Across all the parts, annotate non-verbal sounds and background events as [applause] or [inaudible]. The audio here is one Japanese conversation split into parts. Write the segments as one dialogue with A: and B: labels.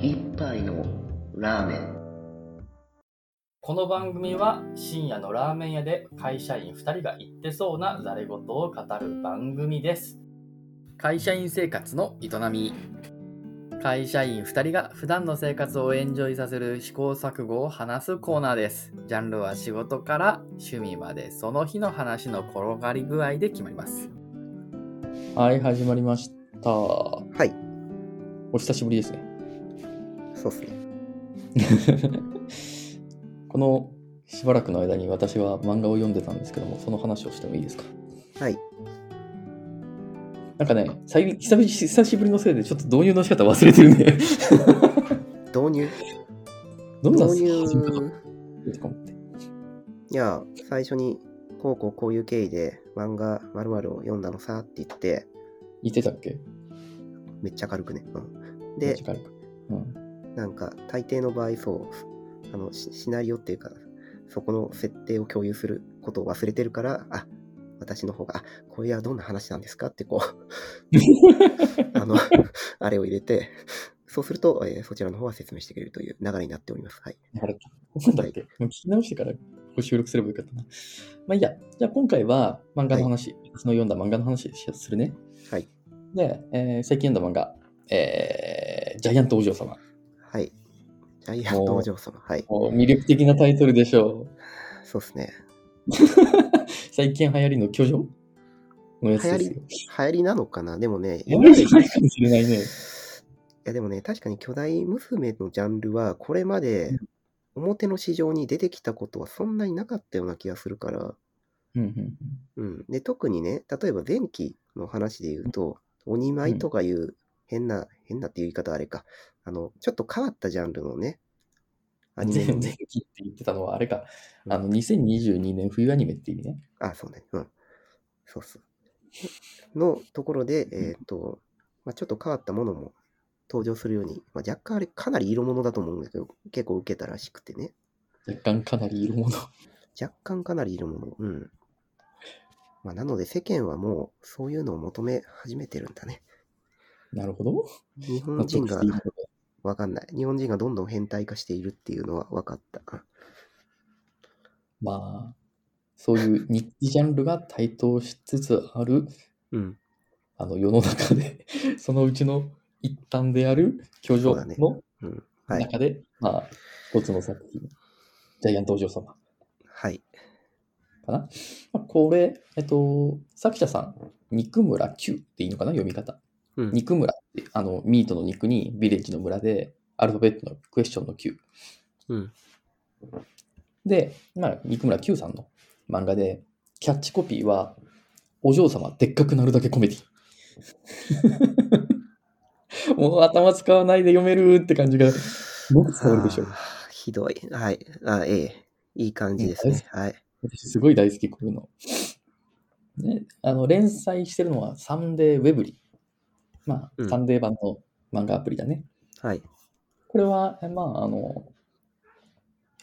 A: 一杯のラーメン
B: この番組は深夜のラーメン屋で会社員2人が言ってそうなざれ言を語る番組です
C: 会社員生活の営み
B: 会社員2人が普段の生活をエンジョイさせる試行錯誤を話すコーナーですジャンルは仕事から趣味までその日の話の転がり具合で決まります
C: はい始まりましたお
A: はい
C: 久しぶりですね
A: そうっすね
C: このしばらくの間に私は漫画を読んでたんですけどもその話をしてもいいですか
A: はい
C: なんかね最近久々久しぶりのせいでちょっと導入の仕方忘れてるね
A: 導入
C: どんな
A: 導
C: 始め方だっ
A: 入
C: たか思って
A: いや最初にこうこうこういう経緯で漫画まるを読んだのさって言って
C: 言ってたっけ
A: めっちゃ軽くね、うん、
C: め
A: で
C: っちゃ軽くうん、
A: なんか大抵の場合そうあのシシナリオっていうかそこの設定を共有することを忘れてるからあ私の方があこれはどんな話なんですかってこ
C: [laughs]
A: うあのあれを入れてそうすると、えーそちらの方は説明してくれるという流れになっておりますはい
C: あれなんだっけもう聞き直してからここ収録すればよかったな。まあいいや、じゃあ今回は漫画の話、私の読んだ漫画の話するね。
A: はい
C: で、えー最近読んだ漫画、えージャイアントお嬢様。
A: はいジャイアントお嬢様はい
C: もう魅力的なタイトルでしょう。
A: そうですね
C: 最近流行りの巨女のやつですよ。
A: 流行りなのかなでもね
C: 流行りじゃないかもしれないね。
A: いやでもね、確かに巨大娘のジャンルは、これま
C: う
A: で表の市場に出てきたことはそんなになかったような気がするから、
C: うんうんうん
A: うん。で、特にね、例えば前期の話で言うと、鬼舞とかいう変な、変なっていう言い方はあれか、あの、ちょっと変わったジャンルのね、アニメの
C: 前前
A: ね、
C: 期って言ってたのは、あれか、あの、2022年冬アニメって意味ね。
A: あ、そうね、うん。そうそう。のところで、えっ、と、まあ、ちょっと変わったものも登場するように、まあ、若干あれかなり色物だと思うんだけど、結構受けたらしくてね。
C: 若干かなり色物。 [laughs]
A: 若干かなりいるもの。うん。まあ、なので世間はもうそういうのを求め始めてるんだね。
C: なるほど。
A: 日本人
C: 納得し
A: が
C: ていいこと
A: わかんない。日本人がどんどん変態化しているっていうのは分かった。
C: まあ、そういうニッチジャンルが台頭しつつある
A: うん。
C: あの世の中で、 [laughs] そのうちの一端である巨匠
A: そうだね
C: の
A: うん。はい。
C: 中で、まあ、一つの作品、ジャイアントお嬢様か
A: はい。
C: な。まあ、これ、えっと、作者さん、肉村九っていいのかな、読み方。
A: うん。
C: 肉村って、あの、ミートの肉に、ビレッジの村で、アルファベットのクエスチョンの九。
A: うん。
C: で、まあ、肉村九さんの漫画で、キャッチコピーは、お嬢様でっかくなるだけコメディ。 [laughs] もう頭使わないで読めるって感じが、すごく伝わるでしょ
A: あ。ーひどい。はい。あええ。いい感じですね。はい。
C: 私すごい大好き、こういうの。ね、あの、連載してるのはサンデーウェブリー。ま
A: う
C: あ、
A: ん
C: サンデー版の漫画アプリだね。
A: はい。
C: これは、えまあ、あの、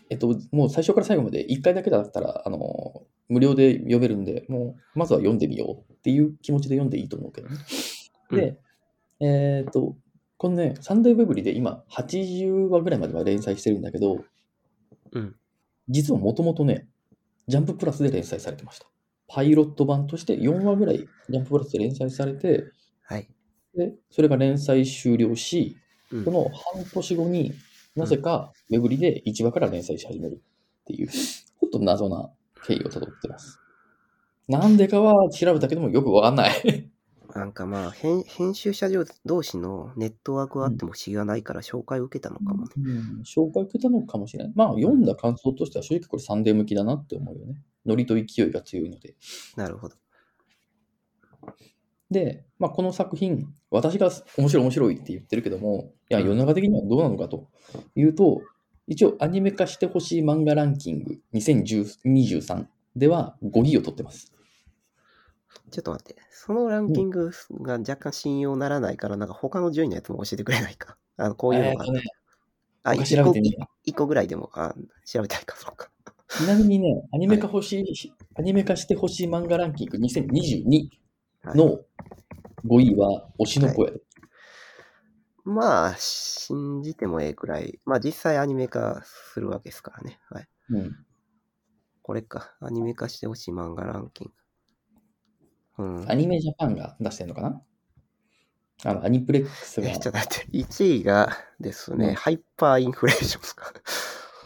C: えっと、もう最初から最後まで1回だけだったら、あの、無料で読めるんで、もう、まずは読んでみようっていう気持ちで読んでいいと思うけどね。で、えっと、このね、サンデーウェブリーで今、80話ぐらいまでは連載してるんだけど、
A: うん。
C: 実はもともとね、ジャンププラスで連載されてました。パイロット版として4話ぐらいジャンププラスで連載されて、
A: はい。
C: で、それが連載終了し、
A: うん
C: そ。の半年後になぜかウェブリで1話から連載し始めるっていう、ちょっと謎な経緯をたどってます。なんでかは調べたけどもよくわかんない。
A: なんかまあ、編編集者同士のネットワークはあっても不思議はないから紹介を受けたのかもね。
C: 紹介受けたのかもしれない。まあ読んだ感想としては正直これサンデー向きだなって思うよね。ノリと勢いが強いので。
A: なるほど。
C: で、まあ、この作品、私が面白い面白いって言ってるけども、いや、世の中的にはどうなのかというと、一応アニメ化してほしい漫画ランキング2023では5位を取ってます。
A: ちょっと待って、そのランキングが若干信用ならないから、なんか他の順位のやつも教えてくれないか。 [laughs] あのこういうのが
C: え
A: あっ
C: ーと
A: た
C: ね
A: あ、
C: 他調
A: 1
C: べ
A: 個
C: てみた。
A: 一個ぐらいでもあ調べたいか、そうか。
C: ちなみにね、アニメ化欲しい、アニメ化してほしい漫画ランキング2022
A: はい
C: の5位は推しの子やで。
A: まあ、信じてもええくらい。まあ、実際アニメ化するわけですからね。はい。
C: うん。
A: これか。アニメ化してほしい漫画ランキング。うん。
C: アニメジャパンが出してるのかなあの、アニプレックスが
A: え、。ちょっと待って。1位がですね、
C: うん
A: ハイパーインフレーションで
C: [laughs]
A: すか。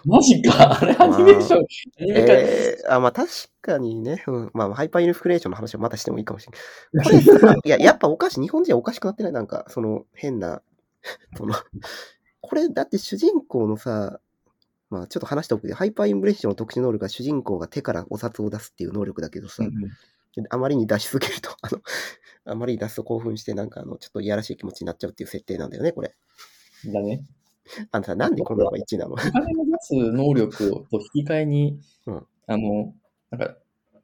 C: マジかあれアニメーション、アニメ化、
A: えー、あ、まあ確かにね、うん、まあハイパーインフレーションの話はまたしてもいいかもしれない。こ
C: [laughs]
A: れさ、いや、やっぱおかしい、日本人はおかしくなってないなんか、その変な、その、これだって主人公のさ、まあちょっと話しておくけど、ハイパーインフレーションの特殊能力が主人公が手からお札を出すっていう能力だけどさ、
C: うん
A: あまりに出しすぎると、 [laughs] あの、あまりに出すと興奮して、なんかあの、ちょっといやらしい気持ちになっちゃうっていう設定なんだよね、これ。
C: だね。
A: あのさ、なんでこんなのが1位なの
C: お金を出す能力をと引き換えに、
A: うん
C: あの、なんか、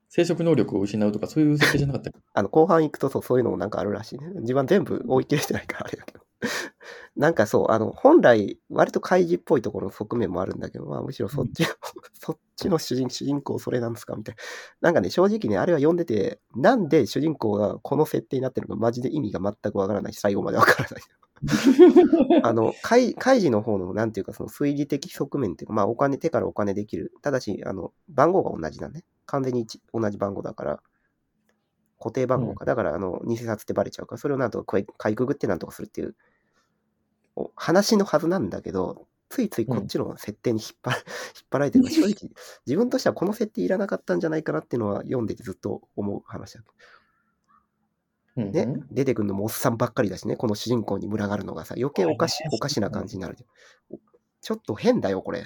C: 生殖能力を失うとか、そういう設定じゃなかったっけ
A: あの、後半行くとそう、そういうのもなんかあるらしいね。自分は全部追い切れてないからあれだけど。 [laughs] なんかそう、あの、本来、割と怪獣っぽいところの側面もあるんだけど、まあ、むしろそっちの、 [laughs] そっちの主人主人公それなんですかみたいな。なんかね、正直ね、あれは読んでて、なんで主人公がこの設定になってるのか、マジで意味が全くわからないし、最後までわからない。 [laughs] あの、開示の方の、なんていうか、その推理的側面っていうか、まあ、お金、手からお金できる。ただし、あの、番号が同じなんね。完全に一同じ番号だから、固定番号か。だから、あの、偽札ってバレちゃうから、それをなんとかかいかいくぐってなんとかするっていう、お話のはずなんだけど、ついついこっちの設定に引っ張,、引っ [laughs] 張られてる。正直、自分としてはこの設定いらなかったんじゃないかなっていうのは読んでてずっと思う話だ
C: うん
A: ね、出てくるのもおっさんばっかりだしね、この主人公に群がるのがさ、余計おかし,、
C: はい
A: おかしな感じになるじゃん。おちょっと変だよ、これ。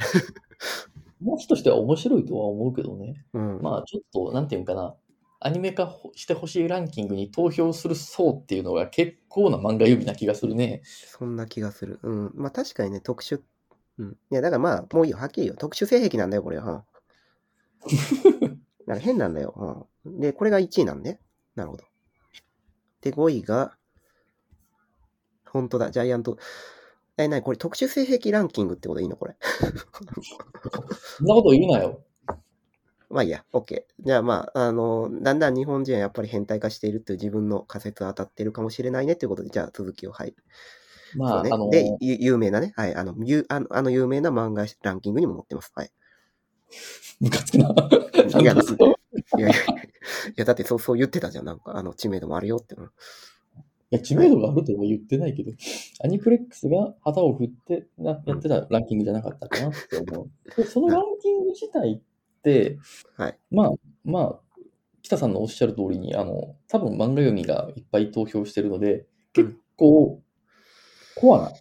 C: 話としては面白いとは思うけどね。
A: うん。
C: まあ、ちょっと、なんていうんかな。アニメ化ほしてほしいランキングに投票する層っていうのが結構な漫画読みな気がするね。
A: そんな気がする。うん。まあ確かにね、特殊。うん。いや、だからまあ、もういいよ、はっきり言うよ。特殊性癖なんだよ、これは。うん、なんか変なんだよ、うん。で、これが1位なんで、ね。なるほど。で、5位が、本当だ、ジャイアント。え、なにこれ特殊性癖ランキングってことでいいのこれ。
C: そんなこと言うなよ。
A: まあいいや、OK。じゃあまあ、あの、だんだん日本人はやっぱり変態化しているっていう自分の仮説は当たってるかもしれないねっていうことで、じゃあ続きを、はい。
C: まあ、
A: そうね
C: あの、
A: で、ゆ有名なね、はい、あの、ゆあのあの有名な漫画ランキングにも載ってます。はい。
C: ムカつくな。
A: いや
C: なんかそう
A: いやいやいや、いやだってそうそう言ってたじゃん、なんか、あの、知名度もあるよっての。
C: いや、知名度があるとは言ってないけど、 [laughs] アニプレックスが旗を振ってなやってたランキングじゃなかったかなって思う。 [laughs] でそのランキング自体って、
A: [laughs] はい
C: まあ、まあ、北さんのおっしゃる通りに、あの、多分漫画読みがいっぱい投票してるので、結構、コアな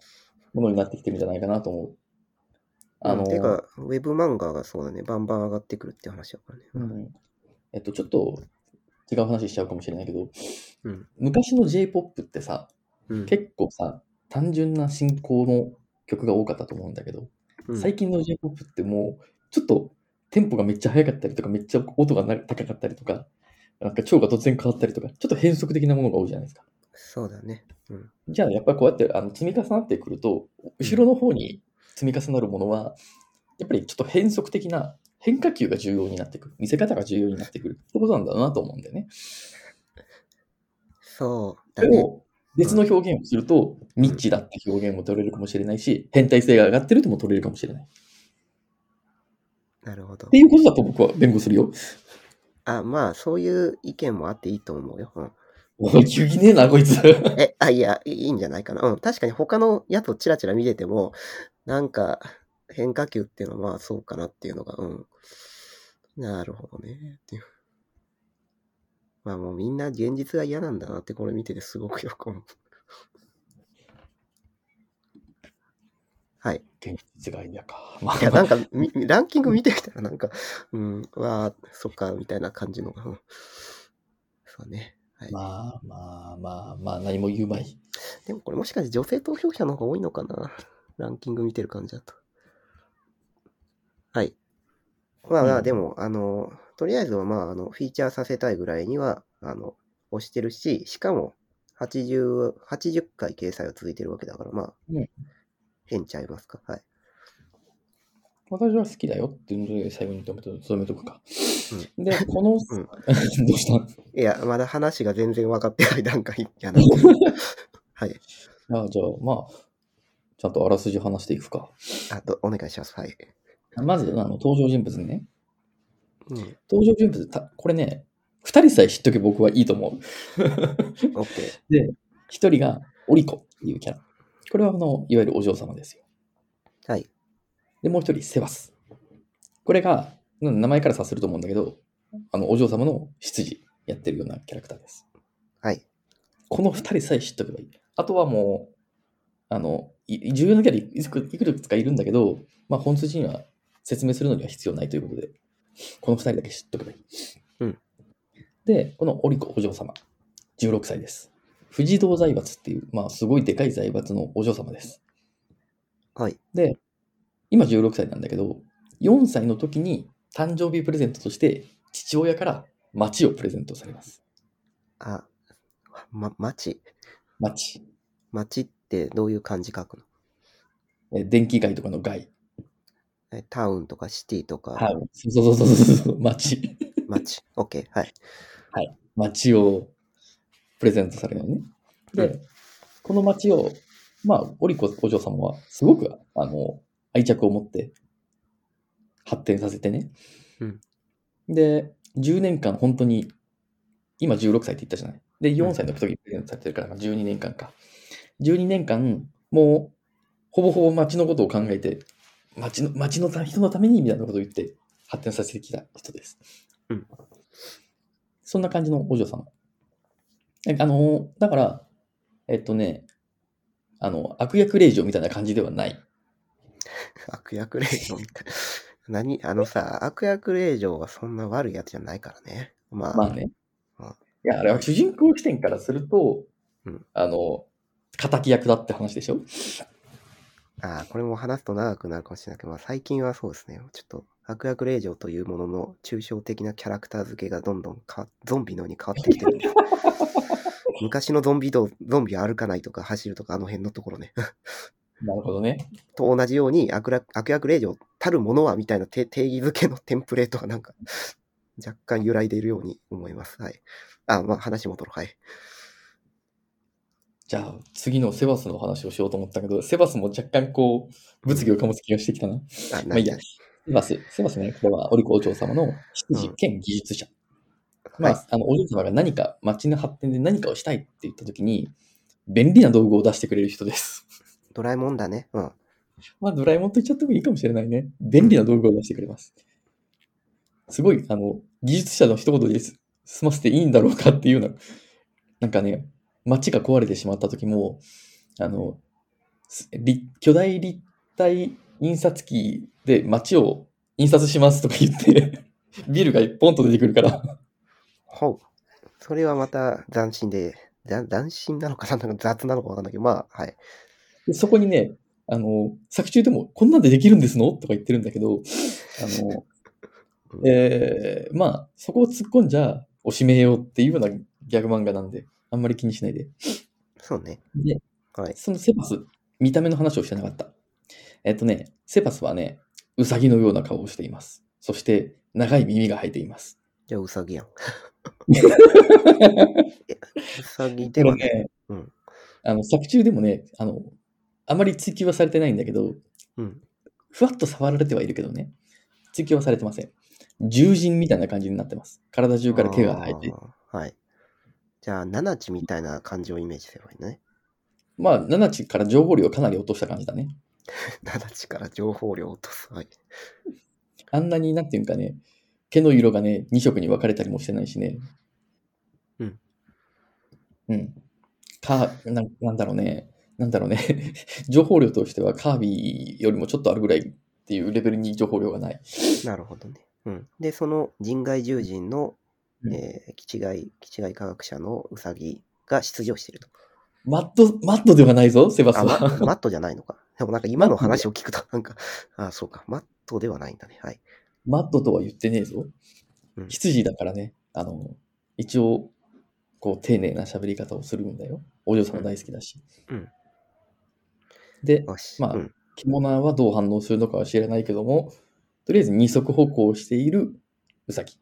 C: ものになってきてるんじゃないかなと思う。あの、
A: うんてか、ウェブ漫画がそうだね、バンバン上がってくるって話だからね。
C: うんえっと、ちょっと違う話しちゃうかもしれないけど、
A: うん
C: 昔の J-POP ってさ、
A: うん。
C: 結構さ、単純な進行の曲が多かったと思うんだけど、
A: うん
C: 最近の J-POP ってもう、ちょっとテンポがめっちゃ速かったりとか、めっちゃ音がな高かったりとか、なんか調が突然変わったりとか、ちょっと変則的なものが多いじゃないですか。
A: そうだね。うん。
C: じゃあ、やっぱりこうやってあの積み重なってくると、後ろの方に積み重なるものは、やっぱりちょっと変則的な変化球が重要になってくる。見せ方が重要になってくるってことなんだなと思うんだよね。
A: そうだ
C: で
A: ね。
C: も、別の表現をすると、ニッチだって表現も取れるかもしれないし、変態性が上がってるとも取れるかもしれない。っ
A: なるほど
C: て。いうことだと僕は弁護するよ。
A: あ、まあ、そういう意見もあっていいと思うよ。うん。
C: おい、急ぎねえな、こいつ。
A: え、あ、いや、いいいんじゃないかな。うん。確かに他のやつをチラチラ見てても、なんか、変化球っていうのはまあそうかなっていうのが、うん。なるほどね。っていう。まあもうみんな現実が嫌なんだなってこれ見ててすごくよく思う。はい。
C: 現実が嫌か。まあ
A: いや、なんか、みランキング見てみたらなんか、うん、わあ、そっか、みたいな感じのが、うん。そうね。はい。
C: まあまあまあまあ、何も言うまい。
A: でもこれもしかして女性投票者の方が多いのかなランキング見てる感じだと。はい。まあま
C: う
A: あ、
C: ん
A: でも、あの、とりあえずは、まあ、あの、フィーチャーさせたいぐらいには、あの、押してるし、しかも、80、80回掲載は続いてるわけだから、まあ、
C: うん
A: 変ちゃいますか。はい。
C: 私は好きだよっていうので、最後に止めと止めとくか。
A: う
C: で、この、 [laughs] どうした
A: いや、ま
C: [laughs]
A: だ話が全然分かってない段階やな。はい。
C: あじゃあ、まあ、ちゃんとあらすじ話していくか。
A: あどお願いします。はい。
C: まず、あの、登場人物ね。
A: うん。
C: 登場人物、たこれね、二人さえ知っとけば僕はいいと思う。
A: オッケー。
C: 一人がオリコっていうキャラ。これはあの、いわゆるお嬢様ですよ。
A: はい。
C: で、もう一人、セバス。これが、うん名前から察すると思うんだけど、あの、お嬢様の執事やってるようなキャラクターです。
A: はい。
C: この二人さえ知っとけばいい。あとはもう、あの、い重要なキャラいくいくつかいるんだけど、まあ、本筋には説明するのには必要ないということで、この二人だけ知っとけばいい。
A: うん
C: で、このオリコお嬢様、16歳です。富士堂財閥っていう、まあ、すごいでかい財閥のお嬢様です。
A: はい。
C: で、今16歳なんだけど、4歳の時に誕生日プレゼントとして、父親から町をプレゼントされます。
A: あ、ま、町。
C: 町。
A: 町ってどういう漢字書くの
C: え電気街とかの街。
A: えタウンとかシティとか、
C: はい。そうそうそうそうそう、町。
A: 町。オッケー。はい。 [laughs]
C: 町をプレゼントされるのね。
A: う
C: で、この町を、まあ、オリコお嬢様はすごくあの愛着を持って発展させてね。
A: うん
C: で、10年間本当に、今16歳って言ったじゃない。で、
A: う
C: 4
A: ん
C: 歳の時にプレゼントされてるから、まあ12年間か。12年間、もう、ほぼほぼ町のことを考えて、町の町のた人のためにみたいなことを言って発展させてきた人です。
A: うん
C: そんな感じのお嬢様。えあの、だから、えっとね、あの、悪役令嬢みたいな感じではない。
A: 悪役令嬢みたい。 [laughs] 何あのさ、悪役令嬢はそんな悪いやつじゃないからね。まあ、
C: まあね。
A: うん
C: いや、あれは主人公視点からすると、
A: うん
C: あの、敵役だって話でしょ
A: あーこれも話すと長くなるかもしれないけど、まあ、最近はそうですね。ちょっと悪役令嬢というものの抽象的なキャラクター付けがどんどんかゾンビのように変わって
C: [laughs]
A: きてるんで。昔のゾンビとゾンビは歩かないとか走るとかあの辺のところね。
C: なるほどね。
A: と同じように悪楽悪役令嬢たるものはみたいな定定義づけの [laughs] テンプレートがなんか若干揺らいでいるように思います。はい。あ、まあ話戻ろう。はい。
C: じゃあ、次のセバスの話をしようと思ったけど、セバスも若干こう、物議を醸す気がしてきたな。
A: あ、
C: まあいいや
A: なんか。
C: セバス、セバスね、これはオリコお嬢様の執事兼技術者。まあ、
A: はい
C: あの、お嬢様が何か、町の発展で何かをしたいって言ったときに、便利な道具を出してくれる人です。 [laughs]
A: ドラえもんだね。うん。
C: まあ、ドラえもんと言っちゃってもいいかもしれないね。便利な道具を出してくれます。すごい、あの、技術者の一言です済ませていいんだろうかっていうような、なんかね、街が壊れてしまった時も、あの、す立巨大立体印刷機で街を印刷しますとか言って、ビルがポンと出てくるから、
A: ほう。それはまた斬新で、ざ斬新なのかななんか雑なのかわかんないけど、まあ、はい。
C: でそこにね、あの、作中でも、こんなんでできるんですのとか言ってるんだけど、あの、えーまあ、そこを突っ込んじゃ、おしめようっていうようなギャグ漫画なんで、あんまり気にしないで。
A: そうね。
C: で、
A: はい。
C: そのセパス、見た目の話をしてなかった。えっとね、セパスはね、ウサギのような顔をしています。そして、長い耳が生えています。
A: じゃあ、うさぎ
C: [laughs]
A: やん。
C: で
A: うさぎではね。
C: ね、
A: うん
C: あの、作中でもね、あの、あまり追求はされてないんだけど、
A: うん。
C: ふわっと触られてはいるけどね、追求はされてません。獣人みたいな感じになってます。体中から毛が生えて。
A: あーはい。じゃあ、ナナチみたいな感じをイメージすればいいね。
C: まあ、七地から情報量をかなり落とした感じだね。
A: ナナチから情報量を落とす。はい。
C: あんなになんていうんかね、毛の色がね、2色に分かれたりもしてないしね。
A: うん。
C: うん。か、ななんだろうね。なんだろうね。 [laughs] 情報量としてはカービィよりもちょっとあるぐらいっていうレベルに情報量がない。
A: なるほどね。うん、で、その人外獣人の、
C: うん
A: えー、基地外、基地外科学者のウサギが出場していると。
C: マット、マットではないぞ、セバス
A: あ、マ
C: は。
A: マットじゃない [laughs] のか。でもなんか今の話を聞くと、なんか、あ、そうか、マットではないんだね。はい。
C: マットとは言ってねえぞ
A: うん。
C: 羊だからね、あの、一応、こう、丁寧な喋り方をするんだよ。お嬢さんも大好きだし。
A: うん
C: で、
A: よし。
C: まあ
A: うん、
C: 獣はどう反応するのかは知らないけども、とりあえず二足歩行しているウサギ。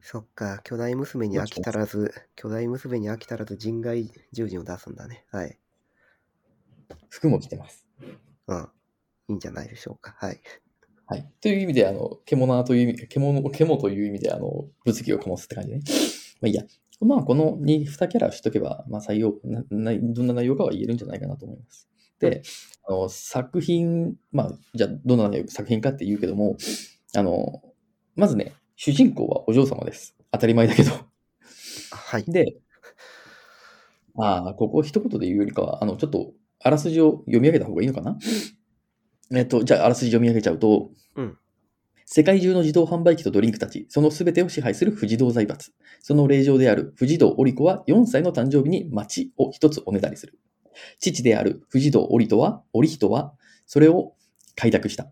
A: そっか、巨大娘に飽き足らず、巨大娘に飽き足らず人外獣人を出すんだね。はい。
C: 服も着てます。
A: うん。いいんじゃないでしょうか。はい。
C: はい。という意味で、あの、獣という意味、獣、獣という意味で、あの、物議を醸すって感じね。 [laughs] まあいいや。まあ、この 2, 2キャラ知っとけば、まあ、採用なな、どんな内容かは言えるんじゃないかなと思います。で、あの作品、まあ、じゃあ、どんな内容作品かって言うけども、あの、まずね、主人公はお嬢様です。当たり前だけど。
A: あはい。
C: で、まあ、ここ一言で言うよりかは、あの、ちょっと、あらすじを読み上げた方がいいのかなえっと、じゃあ、あらすじ読み上げちゃうと、
A: うん
C: 世界中の自動販売機とドリンクたち、その全てを支配する不児童財閥。その令嬢である不児童織子は4歳の誕生日に町を一つおねだりする。父である不児童織人は、織人は、それを開拓した。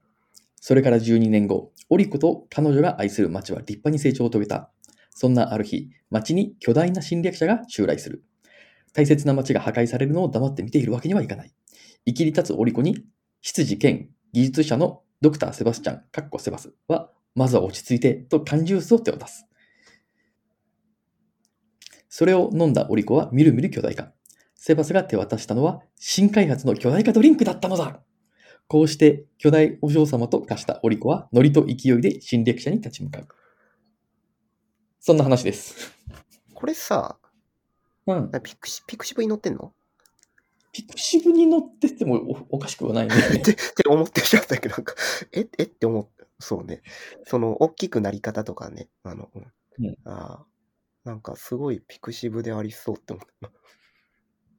C: それから12年後、織子と彼女が愛する町は立派に成長を遂げた。そんなある日、町に巨大な侵略者が襲来する。大切な町が破壊されるのを黙って見ているわけにはいかない。生きり立つオリコに、執事兼技術者のドクター・セバスチャン、かっこセバスは、まずは落ち着いてと缶ジュースを手を出す。それを飲んだオリコはみるみる巨大化。セバスが手渡したのは新開発の巨大化ドリンクだったのだこうして巨大お嬢様と化したオリコはノリと勢いで侵略者に立ち向かう。そんな話です。
A: これさ、
C: うん。
A: ピクシピクシブに載ってんの
C: ピクシブに乗っててもおおかしくは
A: [laughs]
C: ないんだよね
A: っ。てって思ってちゃったけど、なんか、ええって思って、そうね。その、大きくなり方とかね。あの、うん
C: うん
A: あーなんか、すごいピクシブでありそうって思っ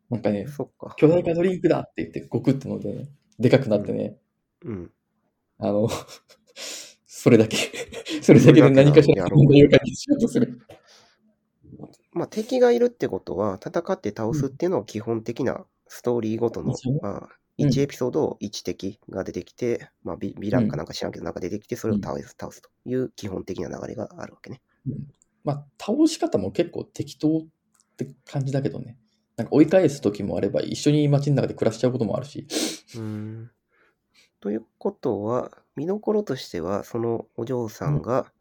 C: なんかね
A: た。、そっか。
C: 巨大化ドリンクだって言ってゴクってので、ね、でかくなってね、
A: うん。
C: あの、 [laughs] それだけ、 [laughs] それだけで何かしらの問題を解決しようとする。
A: まあ、敵がいるってことは、戦って倒すっていうのが基本的なストーリーごとの、
C: うん
A: まあ、
C: うん
A: 1エピソードを1敵が出てきて、まあ、ビヴィランかなんか知らんけど、なんか出てきて、それを倒す、倒すという基本的な流れがあるわけね。
C: まあ、倒し方も結構適当って感じだけどね。なんか追い返す時もあれば、一緒に街の中で暮らしちゃうこともあるし、
A: うん。ということは、見どころとしては、そのお嬢さんが、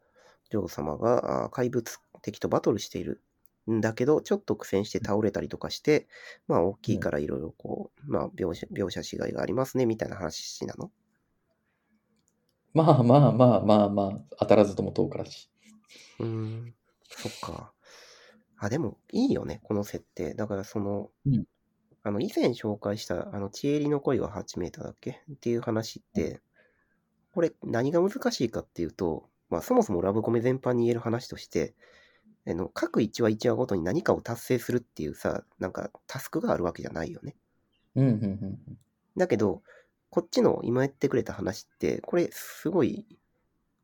A: お嬢様があー怪物敵とバトルしているんだけど、ちょっと苦戦して倒れたりとかして、まあ大きいからいろいろこう、まあ描写描写違いがありますねみたいな話なの
C: まあまあまあまあまあ、当たらずとも遠からし。
A: うーん、そっか。あ、でもいいよね、この設定。だからその、
C: うん
A: あの、以前紹介した、あの、地襟の恋は8メーターだっけっていう話って、これ何が難しいかっていうと、まあそもそもラブコメ全般に言える話として、あの、各1話1話ごとに何かを達成するっていうさ、なんかタスクがあるわけじゃないよね。
C: うんうんうん
A: だけど、こっちの今言ってくれた話って、これすごい、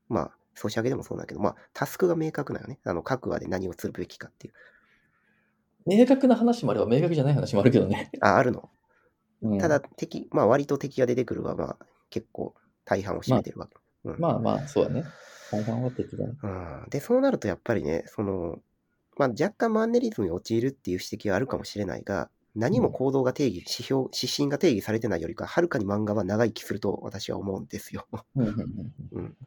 A: まあ、ソシャゲでもそうだけど、まあ、タスクが明確なよね。あの、各話で何をするべきかっていう。
C: うん。明確な話もあれば、明確じゃない話もあるけどね。
A: あ、あるの。
C: うん
A: ただ、敵、まあ、割と敵が出てくるは、まあ、結構大半を占めてるわけ。うん
C: まあまあ、そうだね。大半は適当だね。
A: うんで、そうなるとやっぱりね、その、まあ、若干マンネリズムに陥るっていう指摘はあるかもしれないが、何も行動が定義、指標、指針が定義されてないよりか、はるかに漫画は長生きすると私は思うんですよ。
C: うんうんうん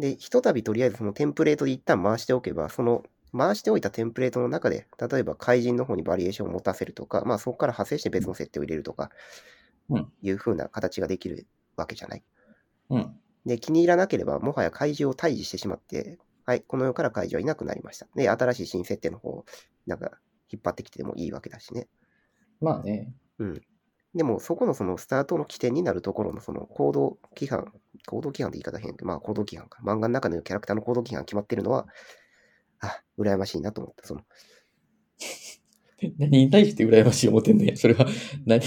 A: で、ひとたびとりあえずそのテンプレートで一旦回しておけば、その回しておいたテンプレートの中で、例えば怪人の方にバリエーションを持たせるとか、まあそこから派生して別の設定を入れるとか
C: うん、
A: いう風な形ができるわけじゃない。
C: うん。
A: で、気に入らなければ、もはや怪獣を退治してしまって、はい、この世から怪獣はいなくなりました。で、新しい新設定の方を、なんか、引っ張ってきてもいいわけだしね。
C: まあね。
A: でも、そこのそのスタートの起点になるところのその行動規範、行動規範って言い方変やけど、まあ行動規範か。漫画の中のキャラクターの行動規範が決まってるのは、あ、羨ましいなと思った。その、
C: [laughs] 何に対して羨ましい思ってんねや。それは何、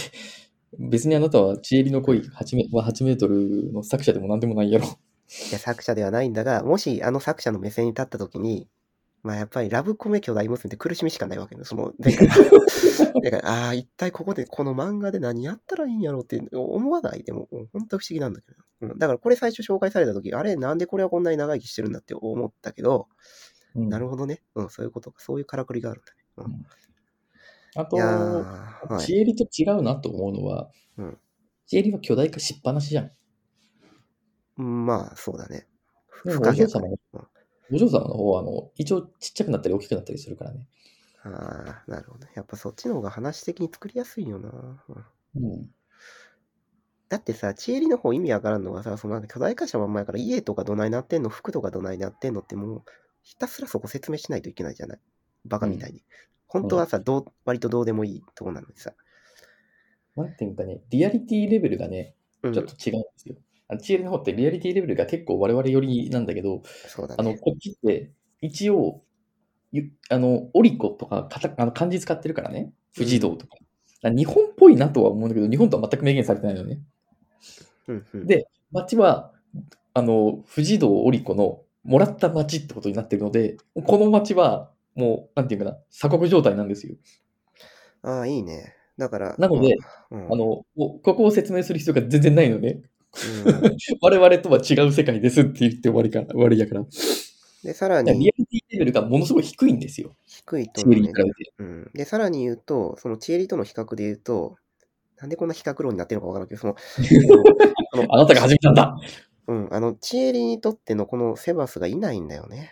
C: 別にあなたは、ちえりの恋8メは8メートルの作者でも何でもないやろ。
A: いや作者ではないんだが、もしあの作者の目線に立った時に、まあやっぱりラブコメ巨大娘って苦しみしかないわけね。その、 [laughs] だから、だからああ、一体ここで、この漫画で何やったらいいんやろうって思わない。でも、うん本当不思議なんだけど。うんだからこれ最初紹介された時、あれ、なんでこれはこんなに長生きしてるんだって思ったけど、
C: うん
A: なるほどね。うん、そういうことか。そういうからくりがあるんだね。
C: あ
A: い
C: と、
A: やー、は
C: ち
A: い。
C: えりと違うなと思うのは
A: うん、
C: ちえりは巨大化しっぱなしじゃん。
A: まあ、そうだね。
C: で
A: 不
C: もお
A: 可
C: 嬢
A: 逆
C: 様の
A: うん
C: お嬢様の方はあの、一応ちっちゃくなったり大きくなったりするからね。
A: ああ、なるほどね。やっぱそっちの方が話的に作りやすいよな。うん
C: うん。
A: だってさ、地理の方意味わからんのがさ、そのなんか巨大化したまんまやから家とかどないなってんの、服とかどないなってんのってもう、ひたすらそこ説明しないといけないじゃない。バカみたいに。本当はさ、どう、割とどうでもいいとこなのにさ。
C: なんていうかね、リアリティレベルがね、
A: うん
C: ちょっと違うんですよ。あの知恵の方ってリアリティレベルが結構我々寄りなんだけど、
A: そうだ
C: あの、
A: ね。
C: こっちって、一応、ゆあの、オリコとか、かたあの漢字使ってるからね、富士道とか。だから日本っぽいなとは思うんだけど、日本とは全く明言されてないのね。
A: うんうん
C: で町は、あの、富士道オリコのもらった町ってことになってるので、この町は、もう、なんていうかな、鎖国状態なんですよ。
A: ああ、いいね。だから、
C: なので
A: うん、
C: あの、もうここを説明する必要が全然ないのね。
A: うん
C: 我々とは違う世界ですって言って終わりか、終わりだから。だか
A: で、さら
C: らリ
A: に
C: アリティレベルがものすごい低いんですよ。
A: 低いと
C: 地理に
A: ね
C: 比、べて。
A: うん。で、さらに言うと、その地理との比較で言うと、なんでこんな比較論になってるのかわからんけど、
C: [laughs]
A: その、その
C: あなたが始めたんだ
A: うん、あの、チエリにとってのこのセバスがいないんだよね。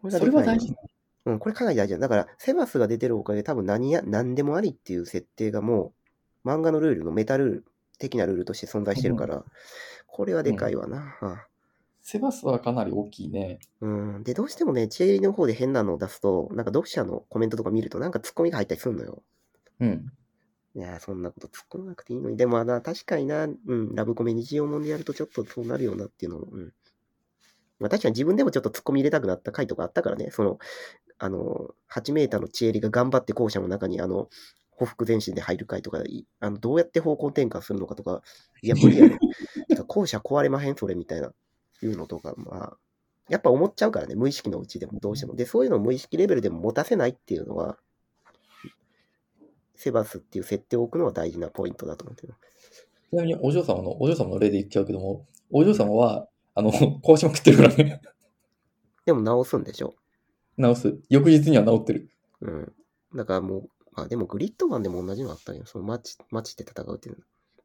A: これが
C: そ
A: で
C: れ
A: か
C: はい大事。
A: うん、これかなり大事だ。だから、セバスが出てるおかげで多分何や、何でもありっていう設定がもう、漫画のルールのメタルール的なルールとして存在してるから、これはでかいわな。
C: セバスはかなり大きいね。
A: うん。で、どうしてもね、チエリの方で変なのを出すと、なんか読者のコメントとか見ると、なんかツッコミが入ったりするのよ。
C: うん。
A: いやー、そんなこと突っ込まなくていいのに。でもな、確かにな、うん、ラブコメ日常もんでやるとちょっとそうなるよなっていうのも、うん。まあ確かに自分でもちょっと突っ込み入れたくなった回とかあったからね、その、あの、8メーターのチエリが頑張って校舎の中に、あの、歩幅前進で入る回とか、いあの、どうやって方向転換するのかとか、いや、無理やね。てか校舎壊れまへん、それみたいな、いうのとか、まあ、やっぱ思っちゃうからね、無意識のうちでもどうしても。で、そういうのを無意識レベルでも持たせないっていうのは、セバスっていう設定を置くのは大事なポイントだと思ってる。
C: ちなみにお嬢様の、お嬢様の例で言っちゃうけども、お嬢様は、あの、 [laughs] 壊しまくってるからね。 [laughs]
A: でも直すんでしょ。
C: 直す。翌日には直ってる。
A: うん。だからもう、まあでもグリッドマンでも同じのあったんよ。そのマッチ、マッチで戦うっていう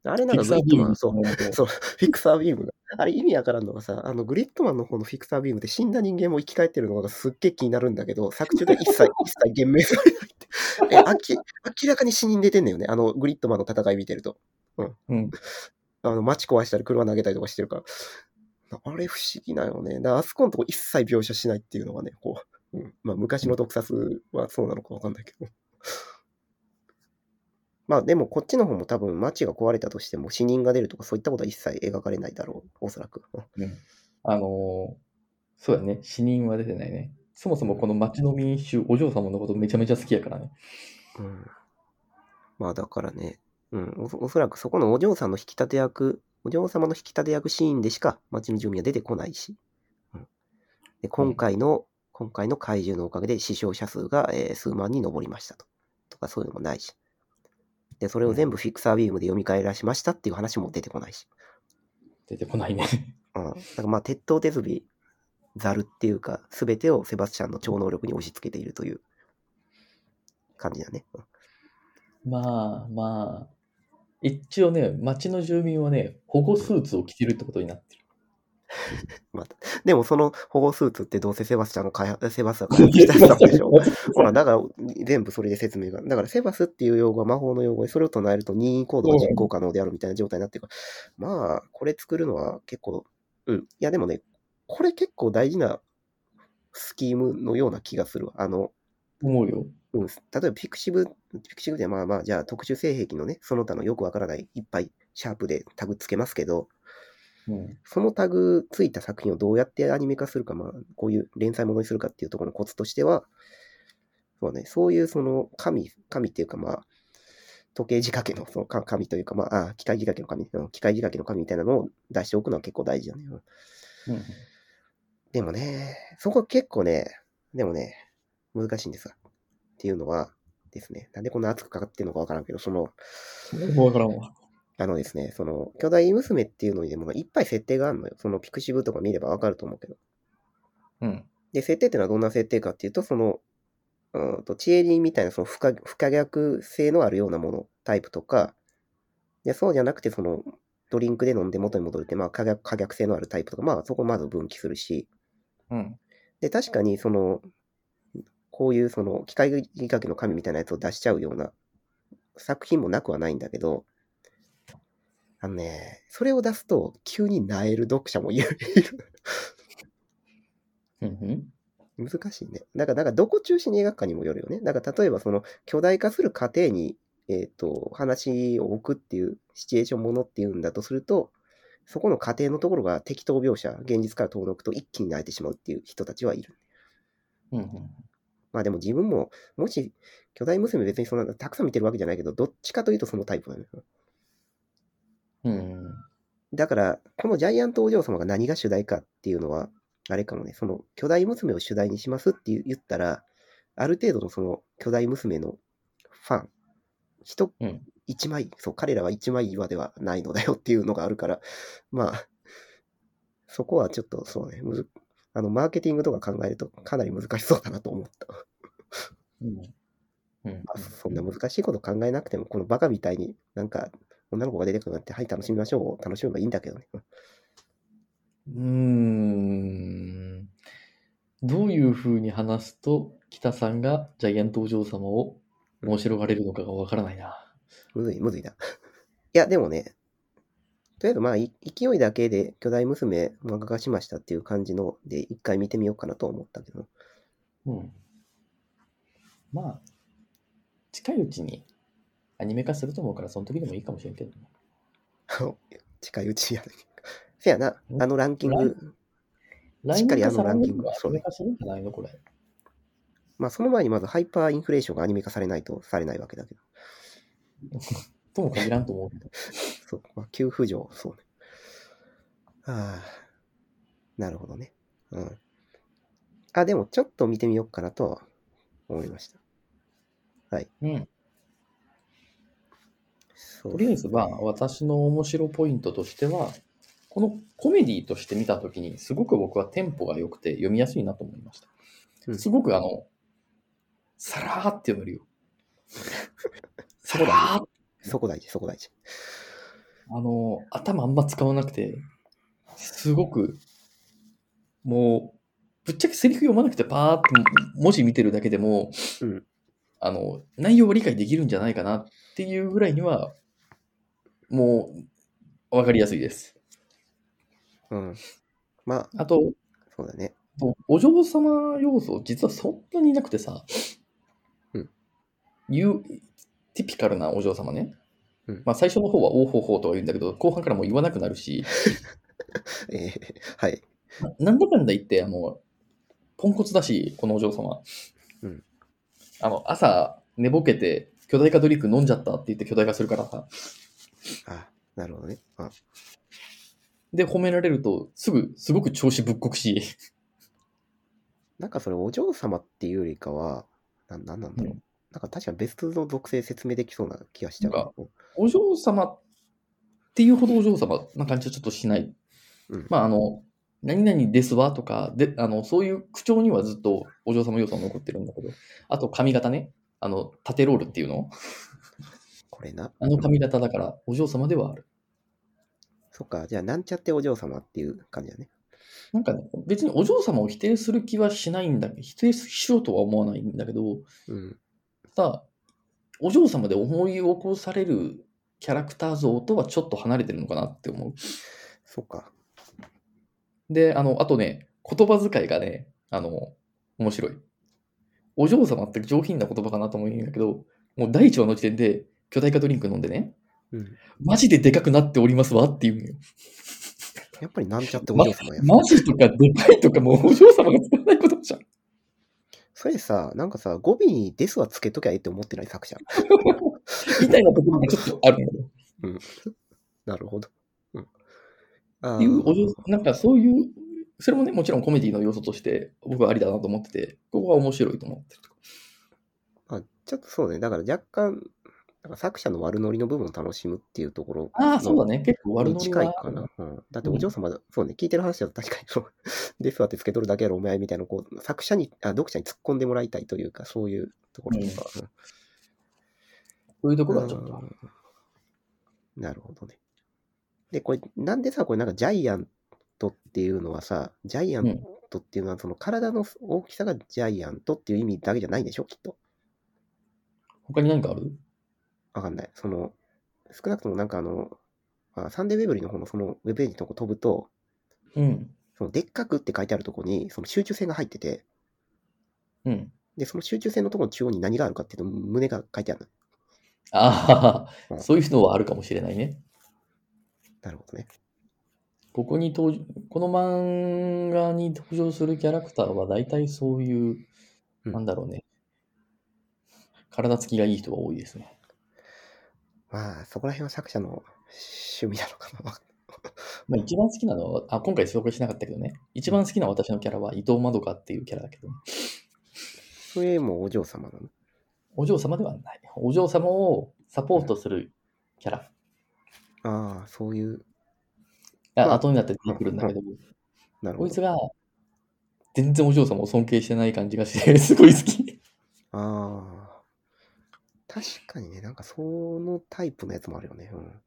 A: の。あれなんか
C: ピク
A: グ
C: サ
A: リ
C: ー
A: ッド
C: ビー
A: マ
C: ム
A: ン、そう、そう、フィクサービームが。あれ意味わからんのがさ、あのグリッドマンの方のフィクサービームって死んだ人間も生き返ってるのがすっげえ気になるんだけど、作中で
C: [laughs]
A: 一切、一切言明されないって。え、あき明らかに死人出てんだよね。あのグリッドマンの戦い見てると。
C: うん。
A: あの、街壊したり車投げたりとかしてるから。あれ不思議なよね。だからあそこのとこ一切描写しないっていうのがね、こう。うん、まあ、昔の特撮はそうなのかわかんないけど。 [laughs] まあ、でもこっちの方も多分街が壊れたとしても死人が出るとかそういったことは一切描かれないだろう。おそらく。うん
C: あのーそうだね。死人は出てないね。そもそもこの町の民衆、お嬢様のことめちゃめちゃ好きやからね。
A: うんまあだからね、うん、おそおそらくそこのお嬢さんの引き立て役、お嬢様の引き立て役シーンでしか町の住民は出てこないし、うん、で今回の、今回の怪獣のおかげで死傷者数が、えー数万に上りましたと。とかそういうのもないし。で、それを全部フィクサービームで読み返らしましたっていう話も出てこないし。
C: 出てこないね。 [laughs]
A: うん。だからまあ、鉄頭鉄尾、ザルっていうか、すべてをセバスチャンの超能力に押し付けているという感じだね。うん
C: まあまあ。一応ね、町の住民はね、保護スーツを着てるってことになってる。
A: まあ、でもその保護スーツってどうせセバスチャンの開発、セバスチャンが開発したやつなんでしょほら、だから全部それで説明が。だからセバスっていう用語は魔法の用語で、それを唱えると任意行動が実行可能であるみたいな状態になってるから。まあ、これ作るのは結構、うん。いやでもね、これ結構大事なスキームのような気がするわ。あの、
C: [laughs] 思うよ。
A: うん、例えばピクシブ、ピクシブでまあまあ、じゃあ特殊性癖のね、その他のよくわからないいっぱいシャープでタグつけますけど、
C: うん。
A: そのタグついた作品をどうやってアニメ化するか、まあ、こういう連載ものにするかっていうところのコツとしては、そうね、そういうその神、神っていうかまあ、時計仕掛けのそのか神というかまあ、あ機械仕掛けの神、うん機械仕掛けの神みたいなのを出しておくのは結構大事だね。うん
C: うん
A: でもね、そこ結構ね、でもね、難しいんですわ。っていうのはですね、なんでこんな熱くかかってるのかわからんけど、その、
C: もうわからんわ。
A: あのですね、その、巨大娘っていうのにでもいっぱい設定があるのよ。そのピクシブとか見ればわかると思うけど。
C: うん。
A: で、設定っていうのはどんな設定かっていうと、その、うーんと、チエリみたいな、その不可、不可逆性のあるようなもの、タイプとか、で、そうじゃなくて、その、ドリンクで飲んで元に戻るって、まあ、可逆可逆性のあるタイプとか、まあ、そこまず分岐するし、
C: うん。
A: で、確かに、その、こういう、その、機械仕掛けの神みたいなやつを出しちゃうような作品もなくはないんだけど、あのね、それを出すと急に萎える読者もいる。いる
C: うんうん。
A: 難しいね。だから、だからどこ中心に描くかにもよるよね。だから、例えばその巨大化する過程に、えっ、と、話を置くっていうシチュエーションものっていうんだとすると、そこの過程のところが適当描写、現実から遠のくと一気に萎えてしまうっていう人たちはいる。
C: うんうん。
A: まあでも自分も、もし、巨大娘別にそんなたくさん見てるわけじゃないけど、どっちかというとそのタイプなのよ。
C: うん。
A: だから、このジャイアントお嬢様が何が主題かっていうのは、あれかもね、その巨大娘を主題にしますって言ったら、ある程度のその巨大娘のファン、人
C: うん、
A: 一枚、そう、彼らは一枚岩ではないのだよっていうのがあるから、まあ、そこはちょっとそうね、むずあの、マーケティングとか考えるとかなり難しそうだなと思った。
C: うん。うん
A: まあそんな難しいこと考えなくても、このバカみたいになんか女の子が出てくるなんて、はい、楽しみましょう、楽しめばいいんだけどね。
C: うーんどういうふうに話すと北さんがジャイアントお嬢様を面白がれるのかがわからないな。
A: むずい、むずいな。い [laughs] や、でもね、とりあえずまあ、い勢いだけで巨大娘漫画化しましたっていう感じので、一回見てみようかなと思ったけど。 [laughs]
C: うん、まあ近いうちにアニメ化すると思うからその時でもいいかもしれんけどね。
A: あの近いうちやる。 [laughs] せやな、あのランキン
C: ラ
A: グ、しっかりあのランキング
C: 来年か再来年かアニメ化するんじゃないのこれ。
A: まあその前にまずハイパーインフレーションがアニメ化されないとされないわけだけど。
C: とも限らんと思うけど。
A: そう、まあ急浮上、そうね。ああ、なるほどね。うん。あ、でもちょっと見てみようかなとは思いました。
C: うん、
A: そう
C: とりあえずは私の面白ポイントとしてはこのコメディとして見た時にすごく僕はテンポが良くて読みやすいなと思いました。
A: うん
C: すごくあの、さらーって読める
A: [laughs]
C: よ。さらーって
A: そこ大事、そこ大事。
C: あの、頭あんま使わなくて、すごく、もう、ぶっちゃけセリフ読まなくてパーって文字見てるだけでも、
A: うん
C: あの、内容は理解できるんじゃないかなっていうぐらいには、もう、わかりやすいです。
A: うん。まあ、
C: あと、
A: そうだね。
C: そうお嬢様要素、実はそんなにいなくてさ、
A: うん
C: 言う、ティピカルなお嬢様ね。
A: うん
C: まあ、最初の方は、おうほうほうとか言うんだけど、後半からもう言わなくなるし、
A: えー [laughs] はい。
C: ななんだかんだ言って、あの、ポンコツだし、このお嬢様。
A: うん
C: あの、朝、寝ぼけて、巨大化ドリンク飲んじゃったって言って巨大化するからさ。
A: あ、なるほどね。あ、
C: で、褒められると、すぐ、すごく調子ぶっこくし、
A: なんかそれ、お嬢様っていうよりかは、ななんなんだろう。
C: うん
A: なんか確かに別の属性説明できそうな気がしちゃう。
C: なんかお嬢様っていうほどお嬢様な感じはちょっとしない。
A: うん
C: まあ、あの、何々ですわとか、で、あの、そういう口調にはずっとお嬢様要素が残ってるんだけど、あと髪型ね、あの、縦ロールっていうの
A: これな。
C: あの髪型だから、お嬢様ではある。
A: そっか、じゃあ、なんちゃってお嬢様っていう感じだね。
C: なんかね、別にお嬢様を否定する気はしないんだけど、否定しようとは思わないんだけど、
A: うん。
C: ただ、お嬢様で思い起こされるキャラクター像とはちょっと離れてるのかなって思う。
A: そっか。
C: で、あの、あとね、言葉遣いがね、あの、面白い。お嬢様って上品な言葉かなと思うんだけど、もう第一話の時点で巨大化ドリンク飲んでね、
A: うん。
C: マジででかくなっておりますわって言うんよ。
A: やっぱりなんちゃってお嬢様や。
C: マジとかでかいとかもうお嬢様が使わないことじゃん。
A: それさ、なんかさ、語尾にですはつけときゃいいって思ってない作者。 [laughs]
C: みたいなところがちょっとあるのよ。
A: なるほど。うん。あ
C: っ
A: ー
C: ていうお嬢なんかそういう、それもね、もちろんコメディの要素として、僕はありだなと思ってて、ここは面白いと思ってるとか。
A: まあ、ちょっとそうね、だから若干、なんか作者の悪ノリの部分を楽しむっていうところ
C: ああ、そうだね。結構悪
A: に
C: ノリ
A: 近い
C: は
A: かな。うん、だってお嬢様、そうね、聞いてる話だと確かにそう、 [laughs] デスはってつけとるだけやろ、お前みたいな、こう、作者にあ、読者に突っ込んでもらいたいというか、そういうところとか。うん
C: そういうところはちょっとある。
A: うんなるほどね。で、これ、なんでさ、これなんかジャイアントっていうのはさ、ジャイアントっていうのは、その体の大きさがジャイアントっていう意味だけじゃないんでしょ、きっと。
C: 他に何かある
A: わかんない。その、少なくともなんかあの、あサンデーウェブリーの方のそのウェブページのとこ飛ぶと、
C: うん。
A: そのでっかくって書いてあるとこに、その集中線が入ってて、
C: うん。
A: で、その集中線のところの中央に何があるかっていうと、胸が書いてある。
C: あ
A: う
C: あ、
A: ん
C: そういうのはあるかもしれないね。
A: なるほどね。
C: ここに登場、この漫画に登場するキャラクターは大体そういう、
A: うん
C: なんだろうね。体つきがいい人が多いですね。
A: まあ、そこら辺は作者の趣味なのかな。 [laughs]
C: まあ、一番好きなのは、あ、今回紹介しなかったけどね。一番好きな私のキャラは伊藤まどかっていうキャラだけど、ね、
A: それもお嬢様なの。
C: お嬢様ではない。お嬢様をサポートするキャラ。
A: ああ、そういう、うん
C: あ後になって出てくるんだけど、
A: なる
C: こ
A: ほ
C: い
A: ど。
C: つが全然お嬢様を尊敬してない感じがして、すごい好き。
A: ああ。確かにね、なんかそのタイプのやつもあるよね。うん。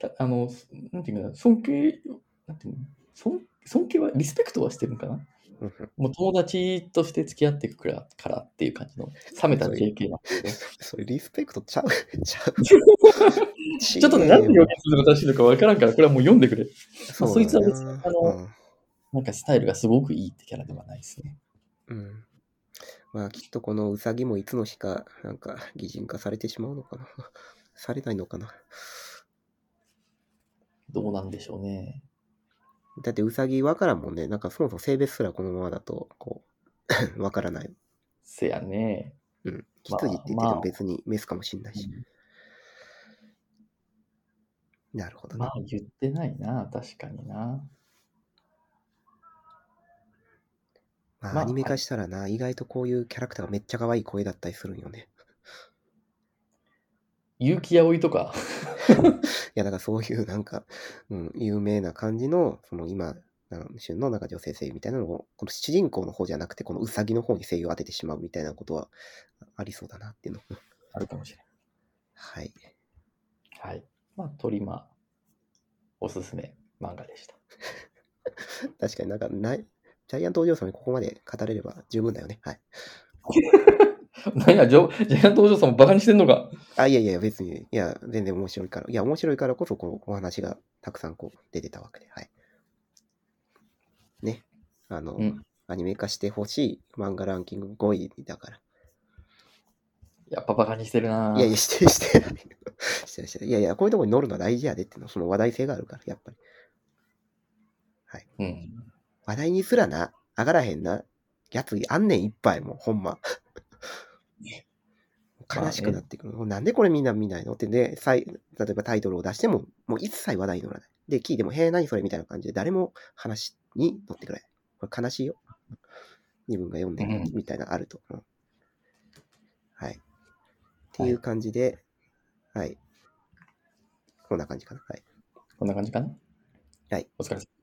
C: たあの、なんていうかな、尊敬、なんていうの尊尊敬は、リスペクトはしてるのかな
A: うん
C: もう友達として付き合っていくからからっていう感じの、冷めた JK なんですけど。
A: それリスペクトちゃうちゃう。ち
C: [laughs] ちょっとね、何で表現するのが正しいのか分からんから、これはもう読んでくれ。
A: そ
C: そいつは別
A: うだ
C: に
A: な
C: あの
A: うん
C: なんかスタイルがすごくいいってキャラではないですね。
A: うん。まあきっとこのウサギもいつの日か、なんか擬人化されてしまうのかな。 [laughs] されないのかな。
C: どうなんでしょうね。
A: だってウサギわからんもんね。なんかそもそも性別すらこのままだと、こう、 [laughs] わからない。
C: せやね。
A: うん。羊って言ってても別にメスかもしんないし。なるほどね
C: ま。あ言ってないな、確かにな。
A: まあ、
C: まあ
A: アニメ化したらな、意外とこういうキャラクターがめっちゃ可愛い声だったりするんよね。
C: 結城葵とか、 [laughs]
A: いや、だからそういうなんか、うん、有名な感じの、その今、なん旬のなんか女性声優みたいなのを、この主人公の方じゃなくて、このウサギの方に声優を当ててしまうみたいなことはありそうだなっていうの。
C: あるかもしれない。
A: はい。
C: はい。まあ、トリマ、おすすめ漫画で [laughs] した。
A: 確かになんかない、ジャイアントお嬢様にここまで語れれば十分だよね。はい。
C: 何や、ジョジャイアントお嬢さんもバカにしてんのか。
A: あ、いやいや、別に、いや、全然面白いから。いや、面白いからこそ、このお話がたくさんこう出てたわけで、はい。ね。あの、
C: うん
A: アニメ化してほしい漫画ランキング5位だから。
C: やっぱバカにしてるない
A: やいや、して、してない。してない、してない。いやいや、こういうとこに乗るのは大事やでっていうの、その話題性があるから、やっぱり。
C: うん。
A: 話題にすらな、上がらへんな、やつあんねんいっぱいもう、ほん [laughs] ま。悲しくなってくる。もうなんでこれみんな見ないのってね、さい例えばタイトルを出しても、もう一切話題に乗らない。で、聞いても、へえ、何それみたいな感じで、誰も話に乗ってくれない。これ悲しいよ。自分が読んでる時みたいなのあると。うんはい。っていう感じで、はい。こんな感じかな。はい。
C: こんな感じかな
A: はい。
C: お疲れ様。